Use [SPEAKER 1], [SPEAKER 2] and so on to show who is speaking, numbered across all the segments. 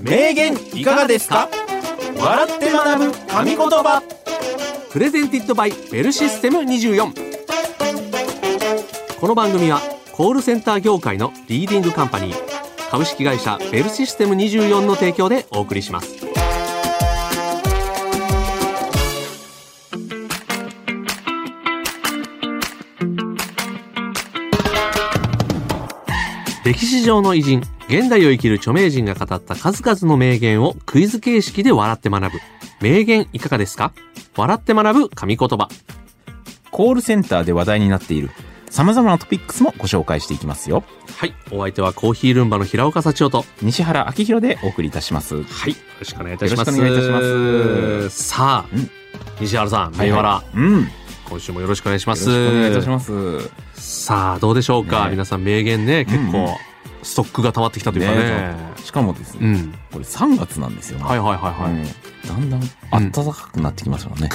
[SPEAKER 1] 名言いかがですか笑って学ぶ神言葉
[SPEAKER 2] プレゼンティッドバイベルシステム24この番組はコールセンター業界のリーディングカンパニー株式会社ベルシステム24の提供でお送りします歴史上の偉人現代を生きる著名人が語った数々の名言をクイズ形式で笑って学ぶ名言いかがですか笑って学ぶ神言葉
[SPEAKER 1] コールセンターで話題になっている様々なトピックスもご紹介していきますよ
[SPEAKER 2] はいお相手はコーヒールンバの平岡幸男と
[SPEAKER 1] 西原明宏でお送りいたします
[SPEAKER 2] はい、よろしくお願いいたします。
[SPEAKER 1] よろしくお願いいたします
[SPEAKER 2] さあ、
[SPEAKER 1] うん
[SPEAKER 2] 西原さん、
[SPEAKER 1] は
[SPEAKER 2] 三
[SPEAKER 1] い
[SPEAKER 2] 原、
[SPEAKER 1] はいうんよ
[SPEAKER 2] 今週もよろしくお願いしま
[SPEAKER 1] ろし
[SPEAKER 2] す。
[SPEAKER 1] くお願いいたしますね
[SPEAKER 2] さあ、どうでしょうか、
[SPEAKER 1] ね
[SPEAKER 2] 皆さん、名言ね、結
[SPEAKER 1] うん
[SPEAKER 2] 構、ストックが溜まってきたというかね。
[SPEAKER 1] しかもです
[SPEAKER 2] う
[SPEAKER 1] ね
[SPEAKER 2] ん。
[SPEAKER 1] これ3月なんですよ
[SPEAKER 2] はいはいはいはい。
[SPEAKER 1] うんだんだん暖かくなってきますよね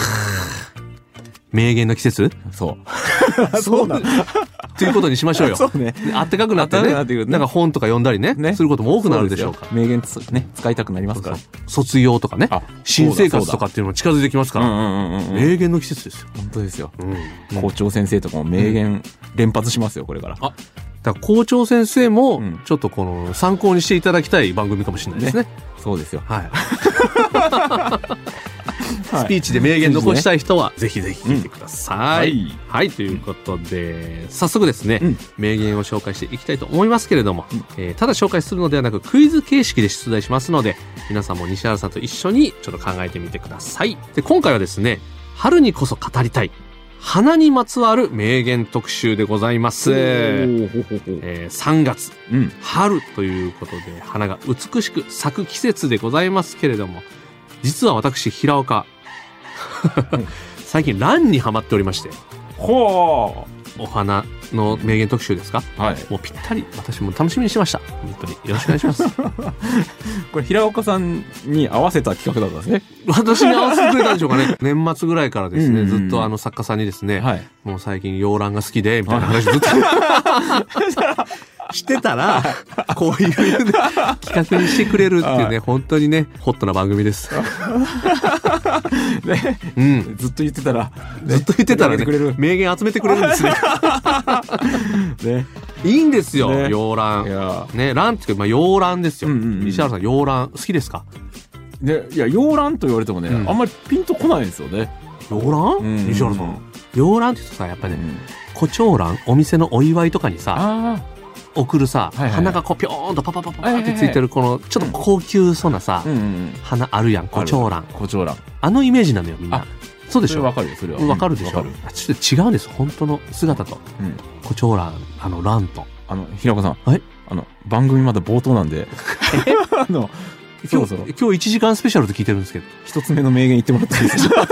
[SPEAKER 2] 名言の季節
[SPEAKER 1] そう
[SPEAKER 2] そうということにしましょう よ。
[SPEAKER 1] そうね
[SPEAKER 2] あったかくなって
[SPEAKER 1] 暖
[SPEAKER 2] ね、
[SPEAKER 1] かくな
[SPEAKER 2] な
[SPEAKER 1] ってくるね
[SPEAKER 2] んか本とか読んだりね、
[SPEAKER 1] ね
[SPEAKER 2] することも多くなるでしょうか。
[SPEAKER 1] 名言つね使いたくなります
[SPEAKER 2] そう
[SPEAKER 1] から
[SPEAKER 2] そう卒業とかね
[SPEAKER 1] あ、
[SPEAKER 2] 新生活とかっていうのも近づいてきますか
[SPEAKER 1] うんう
[SPEAKER 2] ら、
[SPEAKER 1] んうんうん
[SPEAKER 2] 名言の季節ですよ。
[SPEAKER 1] 本当ですよ
[SPEAKER 2] うん。
[SPEAKER 1] 校長先生とかも名言連発しますよこれから
[SPEAKER 2] あだから校長先生も
[SPEAKER 1] うん、
[SPEAKER 2] ちょっとこの、参考にしていただきたい番組かもしれないですね。
[SPEAKER 1] そうですよ
[SPEAKER 2] はい。
[SPEAKER 1] はい
[SPEAKER 2] スピーチで名言残したい人は、ぜひぜひ聞いてください。
[SPEAKER 1] うん
[SPEAKER 2] はい、ということで、早速ですね、
[SPEAKER 1] うん
[SPEAKER 2] 名言を紹介していきたいと思いますけれども、えーただ紹介するのではなく、クイズ形式で出題しますので、皆さんも西原さんと一緒にちょっと考えてみてください。で、今回はですね、春にこそ語りたい、花にまつわる名言特集でございます。え
[SPEAKER 1] ほうほうほう
[SPEAKER 2] ー3月
[SPEAKER 1] うん
[SPEAKER 2] 春ということで花が美しく咲く季節でございますけれども実は私平岡 最近蘭にハマっておりまして
[SPEAKER 1] ほ
[SPEAKER 2] お花の名言特集ですか
[SPEAKER 1] うはい
[SPEAKER 2] もうぴったり私も楽しみにしてました本当によろしくお願いします
[SPEAKER 1] これ平岡さんに合わせた企画だったんです
[SPEAKER 2] 私に合わせてくれたんでしょうか ね年末ぐらいからですね、
[SPEAKER 1] うんうんうん
[SPEAKER 2] ずっとあの作家さんにですね、
[SPEAKER 1] ねはい
[SPEAKER 2] もう最近洋蘭が好きで、みたいな話ずっと してたら、こういう、ね、企画にしてくれるっていう
[SPEAKER 1] は
[SPEAKER 2] ね、本当にね、ホットな番組です。
[SPEAKER 1] ね
[SPEAKER 2] うん。
[SPEAKER 1] ずっと言ってたら
[SPEAKER 2] ずっと言ってたら
[SPEAKER 1] ね
[SPEAKER 2] ね
[SPEAKER 1] くれる、
[SPEAKER 2] 名言集めてくれるんですね。
[SPEAKER 1] ね
[SPEAKER 2] いいんですよ、
[SPEAKER 1] ね
[SPEAKER 2] 洋
[SPEAKER 1] い
[SPEAKER 2] 蘭。
[SPEAKER 1] や
[SPEAKER 2] ね、蘭っていうか、まあ、洋蘭ですよ。
[SPEAKER 1] うんうんうん
[SPEAKER 2] 石原さん、洋蘭、好きですか
[SPEAKER 1] ねいや洋蘭と言われてもね
[SPEAKER 2] うん
[SPEAKER 1] あんまりピンとこないんですよね
[SPEAKER 2] 洋蘭、
[SPEAKER 1] うん
[SPEAKER 2] 石原さん。洋蘭って言うとさ、やっぱ
[SPEAKER 1] う
[SPEAKER 2] ね、
[SPEAKER 1] ん
[SPEAKER 2] 胡蝶蘭、お店のお祝いとかにさ、
[SPEAKER 1] あ
[SPEAKER 2] 送るさ、
[SPEAKER 1] はいはいはい
[SPEAKER 2] 花がこう、ぴょーんとパパパパパってついてる、この、ちょっと高級そうなさ、
[SPEAKER 1] あうんうん
[SPEAKER 2] 花あるやん、胡蝶蘭。
[SPEAKER 1] 胡蝶蘭
[SPEAKER 2] あのイメージなのよ、みんな
[SPEAKER 1] あ。
[SPEAKER 2] そうで
[SPEAKER 1] そ
[SPEAKER 2] し
[SPEAKER 1] れ
[SPEAKER 2] ょ
[SPEAKER 1] わ
[SPEAKER 2] わ
[SPEAKER 1] かるよそれは
[SPEAKER 2] かるでしょ
[SPEAKER 1] うんわかる
[SPEAKER 2] あちょっと違うんです、本当の姿と。
[SPEAKER 1] うん
[SPEAKER 2] 胡蝶蘭、あの、蘭と。
[SPEAKER 1] あの平岡さん
[SPEAKER 2] はい
[SPEAKER 1] あの番組まだ冒頭なんで あのそろそろ
[SPEAKER 2] 今日、今日1時間スペシャルって聞いてるんですけど。
[SPEAKER 1] 一つ目の名言言ってもらっていいで すか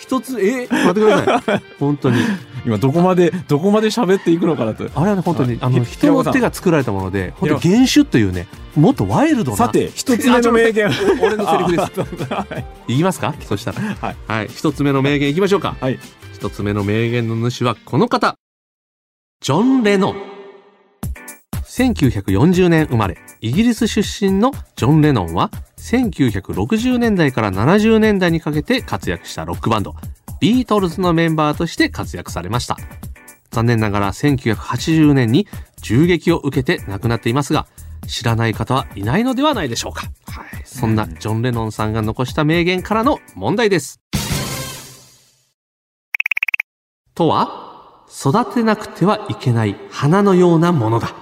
[SPEAKER 2] 一つ、え待ってくだ さい。本当に。
[SPEAKER 1] 今どこまでどこまで喋っていくのかなと
[SPEAKER 2] あれはね、本当に、
[SPEAKER 1] はい
[SPEAKER 2] あ
[SPEAKER 1] ひ
[SPEAKER 2] の、人
[SPEAKER 1] 平子さ
[SPEAKER 2] の
[SPEAKER 1] ん
[SPEAKER 2] 手が作られたもので、本当
[SPEAKER 1] 平
[SPEAKER 2] 原酒というね、もっとワイルドな。
[SPEAKER 1] さて一つ目の名言
[SPEAKER 2] 俺のセリフ です。
[SPEAKER 1] す
[SPEAKER 2] いきますかそしたら。
[SPEAKER 1] はい。
[SPEAKER 2] はい。一つ目の名言いきましょうか。
[SPEAKER 1] はい
[SPEAKER 2] 一つ目の名言の主はこの方。ジョン・レノン。1940年生まれ、イギリス出身のジョン・レノンは、1960年代から70年代にかけて活躍したロックバンド、ビートルズのメンバーとして活躍されました。残念ながら1980年に銃撃を受けて亡くなっていますが、知らない方はいないのではないでしょうか。はい、そんなジョン・レノンさんが残した名言からの問題です。とは、育てなくてはいけない花のようなものだ。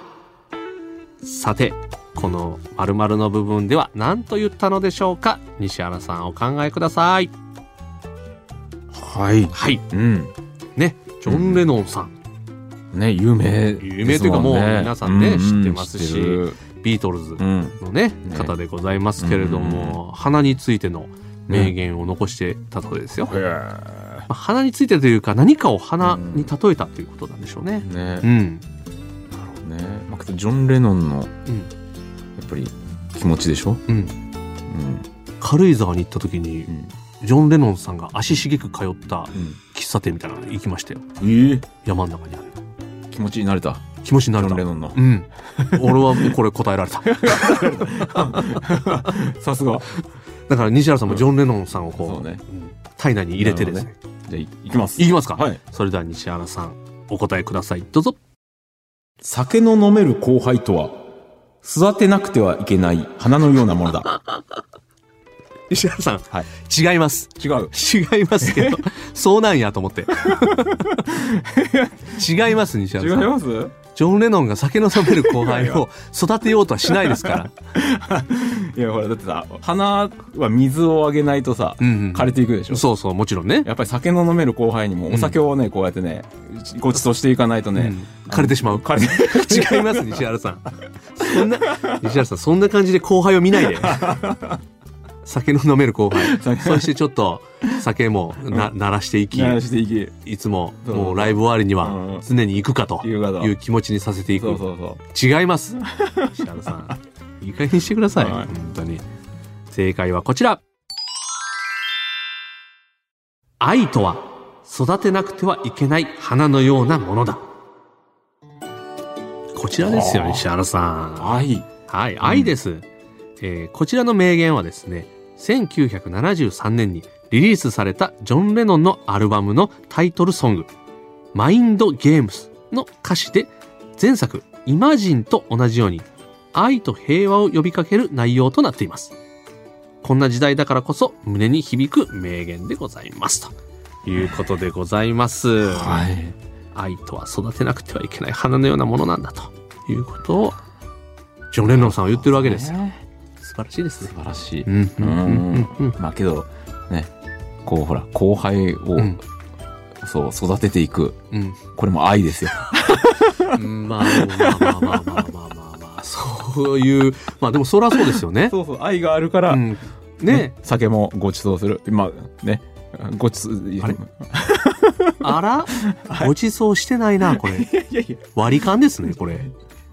[SPEAKER 2] さて、この〇〇の部分では何と言ったのでしょうか西原さんお考えください。
[SPEAKER 1] はい
[SPEAKER 2] はい。
[SPEAKER 1] うん
[SPEAKER 2] ね、ジョン・レノンさん。
[SPEAKER 1] ね有名ですもんね
[SPEAKER 2] 有名というかもう皆さんね知ってますし
[SPEAKER 1] 知ってる
[SPEAKER 2] ビートルズ
[SPEAKER 1] うん
[SPEAKER 2] のね
[SPEAKER 1] ね
[SPEAKER 2] 方でございますけれども、花についての名言を残してたそうですよ、
[SPEAKER 1] へえ
[SPEAKER 2] まあ花についてというか何かを花に例えたということなんでしょうね
[SPEAKER 1] ね
[SPEAKER 2] うん、
[SPEAKER 1] ねまあジョン・レノンのや
[SPEAKER 2] うん
[SPEAKER 1] っぱり気持ちでしょ
[SPEAKER 2] うん、
[SPEAKER 1] うん
[SPEAKER 2] 軽井沢に行った時に
[SPEAKER 1] うん
[SPEAKER 2] ジョン・レノンさんが足しげく通った
[SPEAKER 1] うん
[SPEAKER 2] 喫茶店みたいなのに行きましたよ
[SPEAKER 1] ええ
[SPEAKER 2] 山の中にある
[SPEAKER 1] 気持ちになれた
[SPEAKER 2] 気気持ちになれた
[SPEAKER 1] ジョン・レノンの
[SPEAKER 2] う。ん俺はもうこれ答えられた
[SPEAKER 1] さすが。
[SPEAKER 2] だから西原さんもジョン・レノンさんをこう
[SPEAKER 1] そうね
[SPEAKER 2] うん体内に入れてですね
[SPEAKER 1] なじゃあ、いいきます。
[SPEAKER 2] いきますか、
[SPEAKER 1] はい。
[SPEAKER 2] それでは西原さんお答えくださいどう ぞ
[SPEAKER 1] 酒の飲める後輩とは、育てなくてはいけない花のようなも のだ。
[SPEAKER 2] 西原さん
[SPEAKER 1] はい。
[SPEAKER 2] 違います
[SPEAKER 1] 違う。
[SPEAKER 2] 違います けどそうなんやと思って違います西原さん
[SPEAKER 1] す
[SPEAKER 2] ジョン・レノンが酒の飲める後輩を育てようとはしないです から。
[SPEAKER 1] いや、ほら、だってさ、花は水をあげないとさ、
[SPEAKER 2] うんうん
[SPEAKER 1] 枯れていくでしょ。
[SPEAKER 2] そうそう、もちろんね。
[SPEAKER 1] やっぱり酒の飲める後輩にもお酒をね、こうやってね、ごちそうしていかないとね、
[SPEAKER 2] うん枯れてしまう。
[SPEAKER 1] 枯れて
[SPEAKER 2] 違います、西原さん。そんな、西原さん、そんな感じで後輩を見ない で。酒の飲める後輩。
[SPEAKER 1] 酒
[SPEAKER 2] そしてちょっと、酒もな、鳴らしていき、
[SPEAKER 1] やらしていき、
[SPEAKER 2] いつも、
[SPEAKER 1] そう
[SPEAKER 2] もうライブ終わりに
[SPEAKER 1] うんう
[SPEAKER 2] は
[SPEAKER 1] ん
[SPEAKER 2] 常に行くかと
[SPEAKER 1] 行くかと
[SPEAKER 2] いう気持ちにさせていく
[SPEAKER 1] そう。そうそう。
[SPEAKER 2] 違い ます。石原さん。いい加減にしてください。
[SPEAKER 1] はい
[SPEAKER 2] 本当に。正解はこちら。愛とは、育てなくてはいけない花のようなものだ。こちらですよ、
[SPEAKER 1] あー
[SPEAKER 2] 石原さん。
[SPEAKER 1] 愛。
[SPEAKER 2] はい、愛です。えーこちらの名言はですね、1973年にリリースされたジョン・レノンのアルバムのタイトルソング、マインド・ゲームスの歌詞で、前作、イマジンと同じように、愛と平和を呼びかける内容となっています。こんな時代だからこそ胸に響く名言でございます。ということでございます。
[SPEAKER 1] はい。
[SPEAKER 2] 愛とは育てなくてはいけない花のようなものなんだということをジョン・レノンさんは言ってるわけですよ
[SPEAKER 1] ね
[SPEAKER 2] 素晴らしいです
[SPEAKER 1] 素
[SPEAKER 2] ね
[SPEAKER 1] 晴らしい。
[SPEAKER 2] うんう
[SPEAKER 1] うん
[SPEAKER 2] うん
[SPEAKER 1] ん
[SPEAKER 2] うん
[SPEAKER 1] まあけど、ね、こうほら、後輩を、
[SPEAKER 2] うん
[SPEAKER 1] そう、育てていく。
[SPEAKER 2] うん
[SPEAKER 1] これも愛ですよ。
[SPEAKER 2] うんまあまあまあまあまあまあまあ、まあ、そういうまあでもそりゃ そうですよね
[SPEAKER 1] そうそう、愛があるから
[SPEAKER 2] うんね
[SPEAKER 1] 酒もごちそうする。まあ、ね、ごちそう、いや
[SPEAKER 2] あれあらごちそうしてないなこれ
[SPEAKER 1] いやいや、
[SPEAKER 2] 割り勘ですねこれ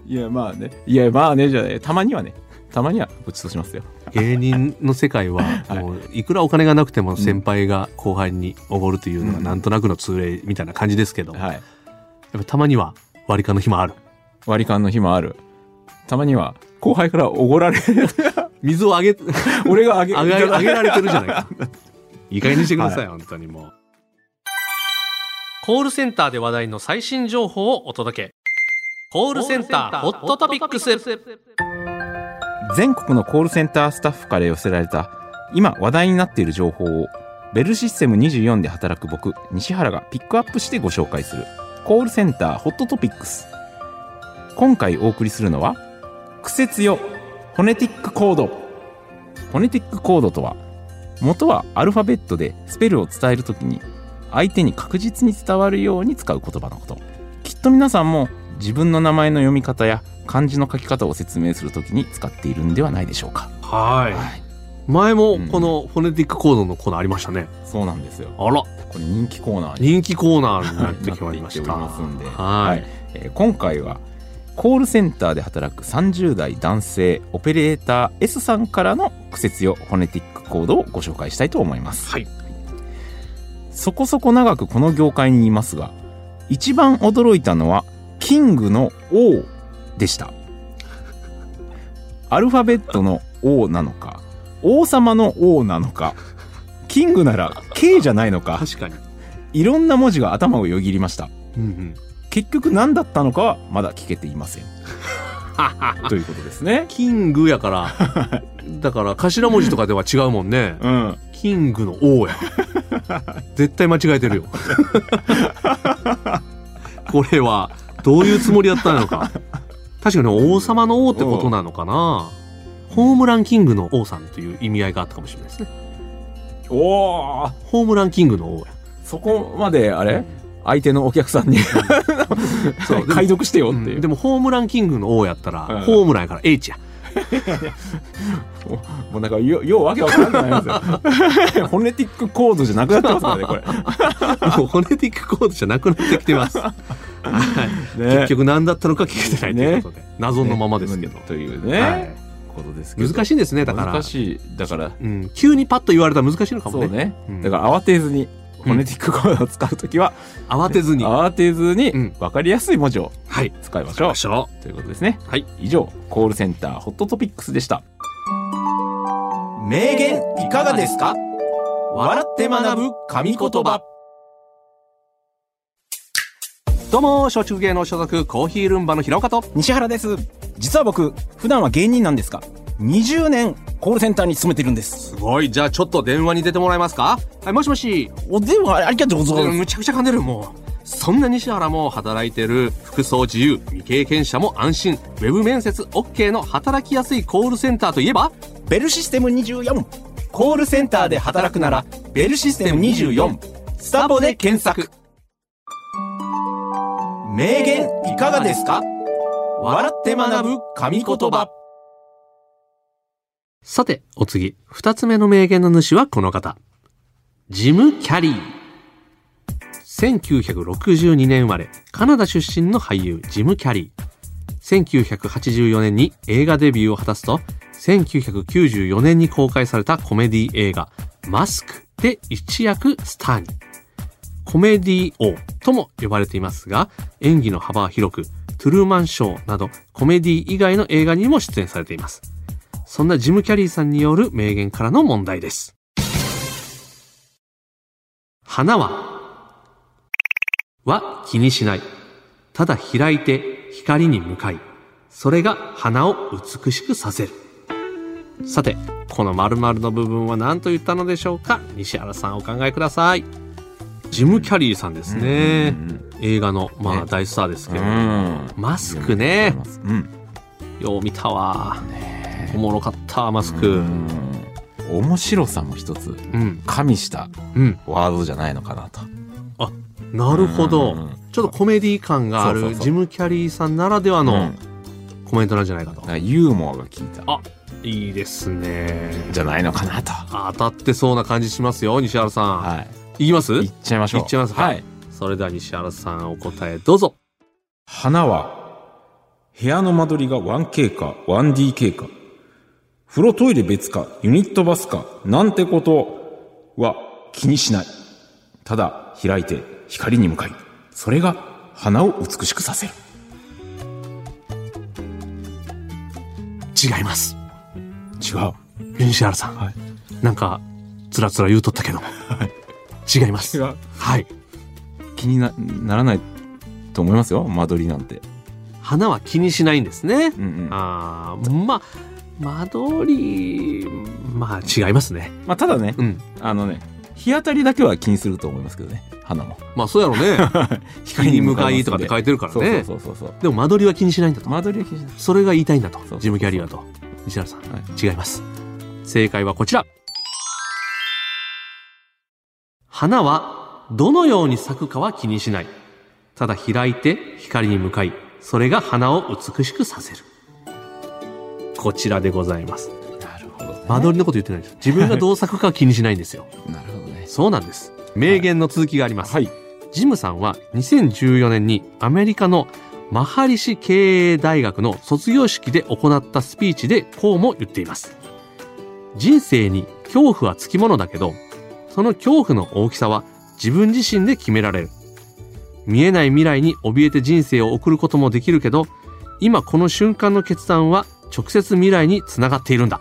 [SPEAKER 1] いや、まあね。いや、まあね、じゃない。たまにはね、たまにはごちそうしますよ。
[SPEAKER 2] 芸人の世界はもういくらお金がなくても先輩が後輩におごるというのがなんとなくの通例みたいな感じですけどやっ
[SPEAKER 1] はい。
[SPEAKER 2] ぱたまには割り勘の日もある
[SPEAKER 1] 割り勘の日もある。たまには、後輩からおごられ る。
[SPEAKER 2] 水をあ げ
[SPEAKER 1] 俺があげ、
[SPEAKER 2] あげあげ
[SPEAKER 1] い
[SPEAKER 2] られてるじゃない か。いい加減にしてください、本当にもう。コールセンターで話題の最新情報をお届け。コールセンターホットトピックス。
[SPEAKER 1] 全国のコールセンタースタッフから寄せられた今話題になっている情報をベルシステム24で働く僕西原がピックアップしてご紹介するコールセンターホットトピックス今回お送りするのは苦節よホネティックコードホネティックコードとは元はアルファベットでスペルを伝えるときに相手に確実に伝わるように使う言葉のこときっと皆さんも自分の名前の読み方や漢字の書き方を説明するときに使っているんではないでしょうか
[SPEAKER 2] は
[SPEAKER 1] はい
[SPEAKER 2] い。前も
[SPEAKER 1] うん
[SPEAKER 2] このフォネティックコードのコーナーありましたね。
[SPEAKER 1] そうなんですよ
[SPEAKER 2] あら、
[SPEAKER 1] これ人気コーナーに
[SPEAKER 2] 人気コーナーに
[SPEAKER 1] な
[SPEAKER 2] なっ
[SPEAKER 1] っ
[SPEAKER 2] てて
[SPEAKER 1] き
[SPEAKER 2] き
[SPEAKER 1] てお
[SPEAKER 2] まい
[SPEAKER 1] り
[SPEAKER 2] り
[SPEAKER 1] ま
[SPEAKER 2] ま
[SPEAKER 1] し
[SPEAKER 2] した。
[SPEAKER 1] ますんで、
[SPEAKER 2] はい
[SPEAKER 1] えー今回はコールセンターで働く30代男性オペレーター S さんからの苦節用ホネティックコードをご紹介したいと思います、
[SPEAKER 2] はい
[SPEAKER 1] そこそこ長くこの業界にいますが一番驚いたのはキングの王で したアルファベットの王なのか王様の王なのかキングなら K じゃない のか
[SPEAKER 2] 確かに。
[SPEAKER 1] いろんな文字が頭をよぎりました
[SPEAKER 2] うんうん。
[SPEAKER 1] 結局何だったのかはまだ聞けていませんということですね
[SPEAKER 2] キングやから、 だから頭文字とかでは違うもんね。
[SPEAKER 1] うん
[SPEAKER 2] キングの王や。 絶対間違えてるよ。これは、どういうつもりだったのか。確かに王様の王ってことなのかな。ホームランキングの王さんという意味合いがあったかもしれないですね。
[SPEAKER 1] おお
[SPEAKER 2] ホームランキングの王や。
[SPEAKER 1] そこまであれ相手のお客さんに
[SPEAKER 2] そうでも
[SPEAKER 1] 解読してよっていうう、
[SPEAKER 2] んでもホームランキングの王やったら、
[SPEAKER 1] うん
[SPEAKER 2] ホームランやから H や。
[SPEAKER 1] もうなんかよようわけわからんくないですよ ホネティックコードじゃなくなってますからねこれ
[SPEAKER 2] もう骨で聞くことじゃなくなってきて ます。はい
[SPEAKER 1] ね
[SPEAKER 2] 結局何だったのか聞けてないということで、謎のままですけど。
[SPEAKER 1] ねというね、
[SPEAKER 2] はい
[SPEAKER 1] ことですけど
[SPEAKER 2] 難しいんですね、だから。
[SPEAKER 1] 難しいだから
[SPEAKER 2] うん、急にパッと言われたら難しいのかも
[SPEAKER 1] そう
[SPEAKER 2] ね。
[SPEAKER 1] ね、
[SPEAKER 2] うん
[SPEAKER 1] だから慌てずにフォネティックコードを使うときは、
[SPEAKER 2] 慌てずに。
[SPEAKER 1] 慌てずに
[SPEAKER 2] うん
[SPEAKER 1] 分かりやすい文字を
[SPEAKER 2] はい。
[SPEAKER 1] 使いましょう
[SPEAKER 2] ま。しょ
[SPEAKER 1] ということですね。
[SPEAKER 2] う。はい。
[SPEAKER 1] 以上、コールセンターホットトピックスでした。名言いかがですか笑って学ぶ神言葉。
[SPEAKER 2] どうも、小中芸能所属、コーヒールンバの平岡と。
[SPEAKER 1] 西原です。実は僕、普段は芸人なんですが、20年コールセンターに勤めてるんです。
[SPEAKER 2] すごい。じゃあ、ちょっと電話に出てもらえますかはい、もしもし。
[SPEAKER 1] お電話ありがとうございます。
[SPEAKER 2] むちゃくちゃ噛んでる、もう。そんな西原も働いてる、服装自由、未経験者も安心、ウェブ面接 OK の働きやすいコールセンターといえば
[SPEAKER 1] ベルシステム24。コールセンターで働くなら、ベルシステム24。スタボで検索。名言いかがですか笑って学ぶ神言葉。
[SPEAKER 2] さて、お次、二つ目の名言の主はこの方。ジム・キャリー。1962年生まれ、カナダ出身の俳優、ジム・キャリー。1984年に映画デビューを果たすと、1994年に公開されたコメディ映画、マスクで一躍スターに。コメディ王とも呼ばれていますが、演技の幅は広く、トゥルーマンショーなどコメディ以外の映画にも出演されています。そんなジム・キャリーさんによる名言からの問題です。花は、は気にしない。ただ開いて光に向かい。それが花を美しくさせる。さて、この〇〇の部分は何と言ったのでしょうか西原さんお考えください。ジム・キャリーさんですね。映画の、まあ、
[SPEAKER 1] ね
[SPEAKER 2] 大スターですけ
[SPEAKER 1] う
[SPEAKER 2] ど。
[SPEAKER 1] ん。
[SPEAKER 2] マスクね。
[SPEAKER 1] うん。
[SPEAKER 2] よう見たわ。おもろかった、マスク。
[SPEAKER 1] うん面白さも一つ
[SPEAKER 2] うん。
[SPEAKER 1] 加味した
[SPEAKER 2] うん。
[SPEAKER 1] ワードじゃないのかなと
[SPEAKER 2] あ、なるほど
[SPEAKER 1] うん。
[SPEAKER 2] ちょっとコメディ感があ
[SPEAKER 1] そうそう
[SPEAKER 2] る
[SPEAKER 1] そう
[SPEAKER 2] ジム・キャリーさんならでは
[SPEAKER 1] う
[SPEAKER 2] の
[SPEAKER 1] ん
[SPEAKER 2] コメントなんじゃないかと
[SPEAKER 1] だか。らユーモアが効いた
[SPEAKER 2] あ、いいですね。
[SPEAKER 1] じゃないのかなと
[SPEAKER 2] 当たってそうな感じしますよ、西原さ
[SPEAKER 1] はい
[SPEAKER 2] ん。いきます
[SPEAKER 1] いっちゃいましょう
[SPEAKER 2] いっちゃいますか
[SPEAKER 1] はい
[SPEAKER 2] それでは西原さんお答えどうぞ。
[SPEAKER 1] 花は部屋の間取りが 1K か 1DK か風呂トイレ別かユニットバスかなんてことは気にしないただ開いて光に向かいそれが花を美しくさせる
[SPEAKER 2] 違います。
[SPEAKER 1] 違う
[SPEAKER 2] 西原さん。
[SPEAKER 1] はい
[SPEAKER 2] なんか、つらつら言うとった けども。違います。
[SPEAKER 1] う
[SPEAKER 2] はい。
[SPEAKER 1] 気になならないと思いますよ間取りなんて、
[SPEAKER 2] 花は気にしないんですね。
[SPEAKER 1] うんうん
[SPEAKER 2] あ
[SPEAKER 1] ま
[SPEAKER 2] ーまあ間取りまあ違いますね
[SPEAKER 1] あ、ただね
[SPEAKER 2] うん
[SPEAKER 1] あのね日当たりだけは気にすると思いますけどね花も
[SPEAKER 2] まあそうやろね光に向かいとかって書いてるから
[SPEAKER 1] そうそ
[SPEAKER 2] ね
[SPEAKER 1] うそうそうそう
[SPEAKER 2] でも間取りは気にしないんだと
[SPEAKER 1] 間取りは気にしない
[SPEAKER 2] それが言いたいんだと
[SPEAKER 1] うそう
[SPEAKER 2] ジム・キャリーはと西原さん、
[SPEAKER 1] は
[SPEAKER 2] 違います正解はこちら花はどのように咲くかは気にしないただ開いて光に向かいそれが花を美しくさせるこちらでございます
[SPEAKER 1] なるほど、
[SPEAKER 2] 間取りのこと言ってないです自分がどう咲くかは気にしないんですよ
[SPEAKER 1] なるほどね
[SPEAKER 2] そうなんです。名言の続きがあります。
[SPEAKER 1] はい
[SPEAKER 2] ジムさんは2014年にアメリカのマハリシ経営大学の卒業式で行ったスピーチでこうも言っています。人生に恐怖はつきものだけど、その恐怖の大きさは自分自身で決められる。見えない未来に怯えて人生を送ることもできるけど、今この瞬間の決断は直接未来につながっているんだ。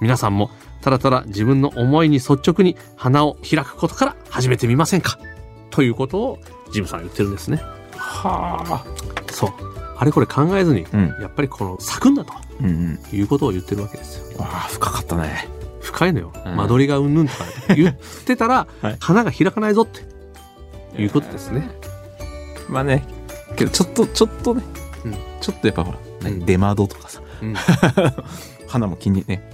[SPEAKER 2] 皆さんもただただ自分の思いに率直に花を開くことから始めてみませんかということをジムさんは言ってるんですね。
[SPEAKER 1] はあ
[SPEAKER 2] そう。あれこれ考えずに、
[SPEAKER 1] うん
[SPEAKER 2] やっぱりこの咲くんだと
[SPEAKER 1] うんうん
[SPEAKER 2] いうことを言ってるわけですよ。
[SPEAKER 1] わあ深かったね
[SPEAKER 2] 深いのよ。
[SPEAKER 1] うん
[SPEAKER 2] 間取りがうんぬんとか言ってたら、
[SPEAKER 1] はい
[SPEAKER 2] 花が開かないぞっていうことですね。
[SPEAKER 1] まあねけどちょっとちょっとね、
[SPEAKER 2] うん
[SPEAKER 1] ちょっとやっぱほら、
[SPEAKER 2] うん
[SPEAKER 1] 出窓とかさ
[SPEAKER 2] うんわ、
[SPEAKER 1] 花も気にね、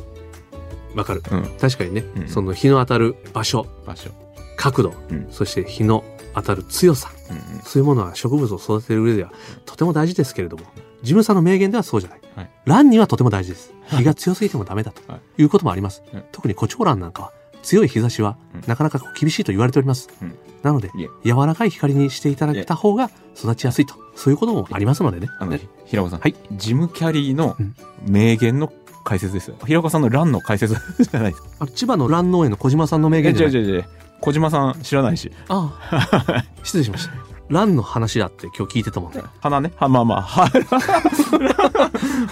[SPEAKER 2] かる。
[SPEAKER 1] うん、
[SPEAKER 2] 確かにね、
[SPEAKER 1] うん
[SPEAKER 2] その日の当たる場所、
[SPEAKER 1] 場所、
[SPEAKER 2] 角度、
[SPEAKER 1] うん
[SPEAKER 2] そして日の当たる強さ、
[SPEAKER 1] うんうん
[SPEAKER 2] そういうものは植物を育てる上ではとても大事ですけれども、ジムさんの名言ではそうじゃない。
[SPEAKER 1] はい
[SPEAKER 2] 蘭にはとても大事です。 日が強すぎてもダメだと
[SPEAKER 1] はい
[SPEAKER 2] いうこともあります。
[SPEAKER 1] うん
[SPEAKER 2] 特にコチョウランなんかは強い日差しは
[SPEAKER 1] うん
[SPEAKER 2] なかなかこう厳しいと言われております。
[SPEAKER 1] うん
[SPEAKER 2] なので
[SPEAKER 1] いえ
[SPEAKER 2] 柔らかい光にしていただいた方が育ちやすいとそういうこともありますのでね。
[SPEAKER 1] あの、
[SPEAKER 2] ね
[SPEAKER 1] 平岡さん、
[SPEAKER 2] はい
[SPEAKER 1] ジム・キャリーの
[SPEAKER 2] うん
[SPEAKER 1] 名言の解説ですよ平岡さんのランの解説じゃないです
[SPEAKER 2] あの千葉の蘭農園の小島さんの名
[SPEAKER 1] え
[SPEAKER 2] 言じ
[SPEAKER 1] 違
[SPEAKER 2] ゃ
[SPEAKER 1] う
[SPEAKER 2] ない
[SPEAKER 1] 違う違う小島さん知らないし
[SPEAKER 2] ああ 失礼しましたランの話だって今日聞いてたもんね
[SPEAKER 1] 花ねはまあまあ は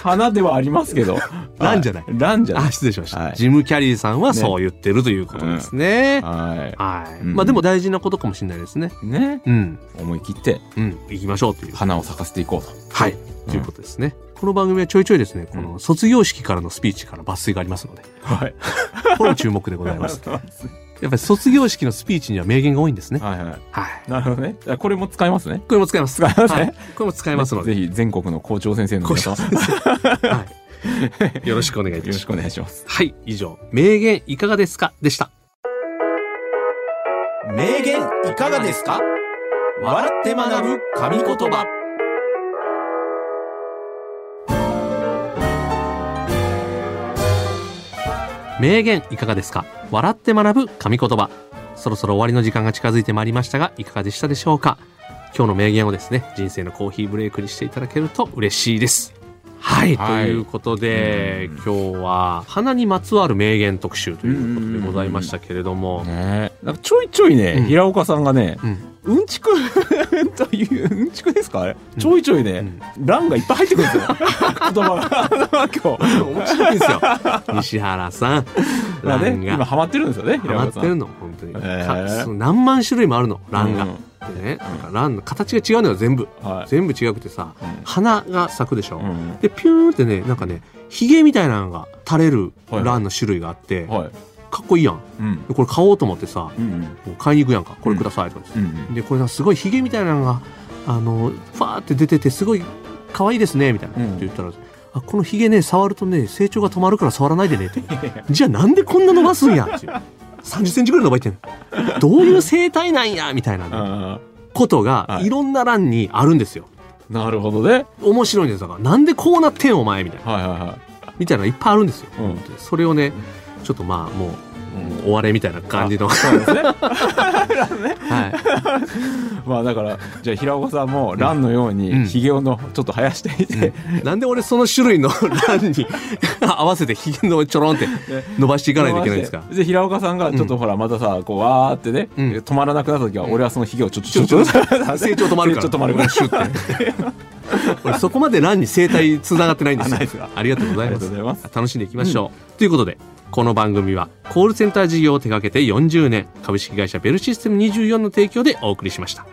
[SPEAKER 1] 花ではありますけど
[SPEAKER 2] ランじゃない
[SPEAKER 1] はランじゃな
[SPEAKER 2] あ
[SPEAKER 1] い
[SPEAKER 2] 失礼しました、
[SPEAKER 1] はい
[SPEAKER 2] ジム・キャリーさんはそう言ってるということですね
[SPEAKER 1] は
[SPEAKER 2] はい、
[SPEAKER 1] うん
[SPEAKER 2] まあでも大事なことかもしれないですね
[SPEAKER 1] いね
[SPEAKER 2] うん
[SPEAKER 1] 思い切って
[SPEAKER 2] うん行きましょうという
[SPEAKER 1] 花を咲かせていこうと
[SPEAKER 2] はい、ということですねこの番組はちょいちょいですねこの卒業式からのスピーチから抜粋がありますので
[SPEAKER 1] はい
[SPEAKER 2] これも注目でござい ますやっぱり卒業式のスピーチには名言が多いんですね。
[SPEAKER 1] はいはい
[SPEAKER 2] はい。
[SPEAKER 1] なるほどねこれも使いますね
[SPEAKER 2] これも使います。
[SPEAKER 1] 使いますね
[SPEAKER 2] はい。これも使いますので。
[SPEAKER 1] ぜひ全国の校長先生の
[SPEAKER 2] 校長
[SPEAKER 1] 皆様
[SPEAKER 2] 先生はい。よろしくお願いい
[SPEAKER 1] よ
[SPEAKER 2] た
[SPEAKER 1] ろ
[SPEAKER 2] し
[SPEAKER 1] し
[SPEAKER 2] ま
[SPEAKER 1] くお願いします
[SPEAKER 2] す。はい。以上、名言いかがですかでした。
[SPEAKER 1] 名言いかがですか笑って学ぶ神言葉
[SPEAKER 2] 名言いかがですか笑って学ぶ神言葉。そろそろ終わりの時間が近づいてまいりましたが、いかがでしたでしょうか今日の名言をですね、人生のコーヒーブレイクにしていただけると嬉しいです。はい。
[SPEAKER 1] はい
[SPEAKER 2] ということで、
[SPEAKER 1] うん
[SPEAKER 2] 今日は、花にまつわる名言特集ということでございましたけれども、
[SPEAKER 1] ねえなんかちょいちょいね、
[SPEAKER 2] うん
[SPEAKER 1] 平岡さんがね
[SPEAKER 2] うん、
[SPEAKER 1] うんちくといううんちくですかあれ、
[SPEAKER 2] ん
[SPEAKER 1] ちょいちょい
[SPEAKER 2] うん
[SPEAKER 1] ね、ランがいっぱい入ってくるんで すよ言葉が今日
[SPEAKER 2] 面白いですよ西原さん
[SPEAKER 1] まあね
[SPEAKER 2] 蘭
[SPEAKER 1] 今
[SPEAKER 2] が
[SPEAKER 1] ハマってるんですよね
[SPEAKER 2] ハ
[SPEAKER 1] 平
[SPEAKER 2] マっ
[SPEAKER 1] 岡さん
[SPEAKER 2] てるの本当に、
[SPEAKER 1] え
[SPEAKER 2] か
[SPEAKER 1] ー
[SPEAKER 2] そう何万種類もあるの蘭が、
[SPEAKER 1] うん
[SPEAKER 2] でねなんか蘭の形が違うのよ全部
[SPEAKER 1] はい、
[SPEAKER 2] 全部違くてさ
[SPEAKER 1] うん
[SPEAKER 2] 花が咲くでしょ、
[SPEAKER 1] うん
[SPEAKER 2] でピューンってねなんかねヒゲみたいなのが垂れる
[SPEAKER 1] はい
[SPEAKER 2] 蘭の種類があって、
[SPEAKER 1] はい
[SPEAKER 2] かっこいいやん
[SPEAKER 1] うん
[SPEAKER 2] でこれ買おうと思ってさ
[SPEAKER 1] うんうん
[SPEAKER 2] もう買いに行くやんかこれくださいとか言って
[SPEAKER 1] うん
[SPEAKER 2] でこれさすごいヒゲみたいなのがあのファーって出ててすごい可愛いですねみたいな
[SPEAKER 1] うん
[SPEAKER 2] って言ったら、あこのヒゲね触るとね成長が止まるから触らない でねって
[SPEAKER 1] いや
[SPEAKER 2] じゃあなんでこんな伸ばすんやって3 0ンチぐらい伸ばしてんのどういう生態なんやみたいなね、
[SPEAKER 1] あ
[SPEAKER 2] ことが
[SPEAKER 1] はい
[SPEAKER 2] いろんな欄にあるんですよ
[SPEAKER 1] ーなるほどね
[SPEAKER 2] 面白いんですだからなんでこうなってんお前みたいな
[SPEAKER 1] はいはいは
[SPEAKER 2] みたいなのいっぱいあるんですよ、
[SPEAKER 1] うん
[SPEAKER 2] 本当にそれをねちょっとまあもうもう終われみたいな感じの、
[SPEAKER 1] いそうですね
[SPEAKER 2] はい、
[SPEAKER 1] まあだからじゃあ平岡さんもランのよう
[SPEAKER 2] うん
[SPEAKER 1] にひげをのちょっと生やしていて、
[SPEAKER 2] なんで俺その種類の 欄に合わせてひげのちょろんって伸ばしていかないといけないんですか
[SPEAKER 1] で平岡さんがちょっとほらまたさこうわーってね、
[SPEAKER 2] うん
[SPEAKER 1] 止まらなくなった時は俺はそのひげをちょっと
[SPEAKER 2] ち
[SPEAKER 1] ち
[SPEAKER 2] ょ
[SPEAKER 1] ょ
[SPEAKER 2] っ
[SPEAKER 1] っ
[SPEAKER 2] と
[SPEAKER 1] と
[SPEAKER 2] 成長止まるから
[SPEAKER 1] 成長止まるから
[SPEAKER 2] シュッて 俺そこまで欄に生態つながってないんです
[SPEAKER 1] あ
[SPEAKER 2] よ
[SPEAKER 1] ないですか
[SPEAKER 2] ありがとうござい
[SPEAKER 1] あり
[SPEAKER 2] ま
[SPEAKER 1] がと
[SPEAKER 2] す
[SPEAKER 1] うございます
[SPEAKER 2] 楽しんでいきましょう、ということでこの番組はコールセンター事業を手掛けて40年株式会社ベルシステム24の提供でお送りしました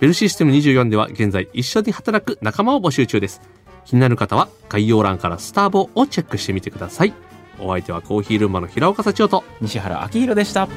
[SPEAKER 2] ベルシステム24では現在一緒に働く仲間を募集中です気になる方は概要欄からスターボをチェックしてみてくださいお相手はコーヒールンバの平岡幸男と
[SPEAKER 1] 西原明宏でした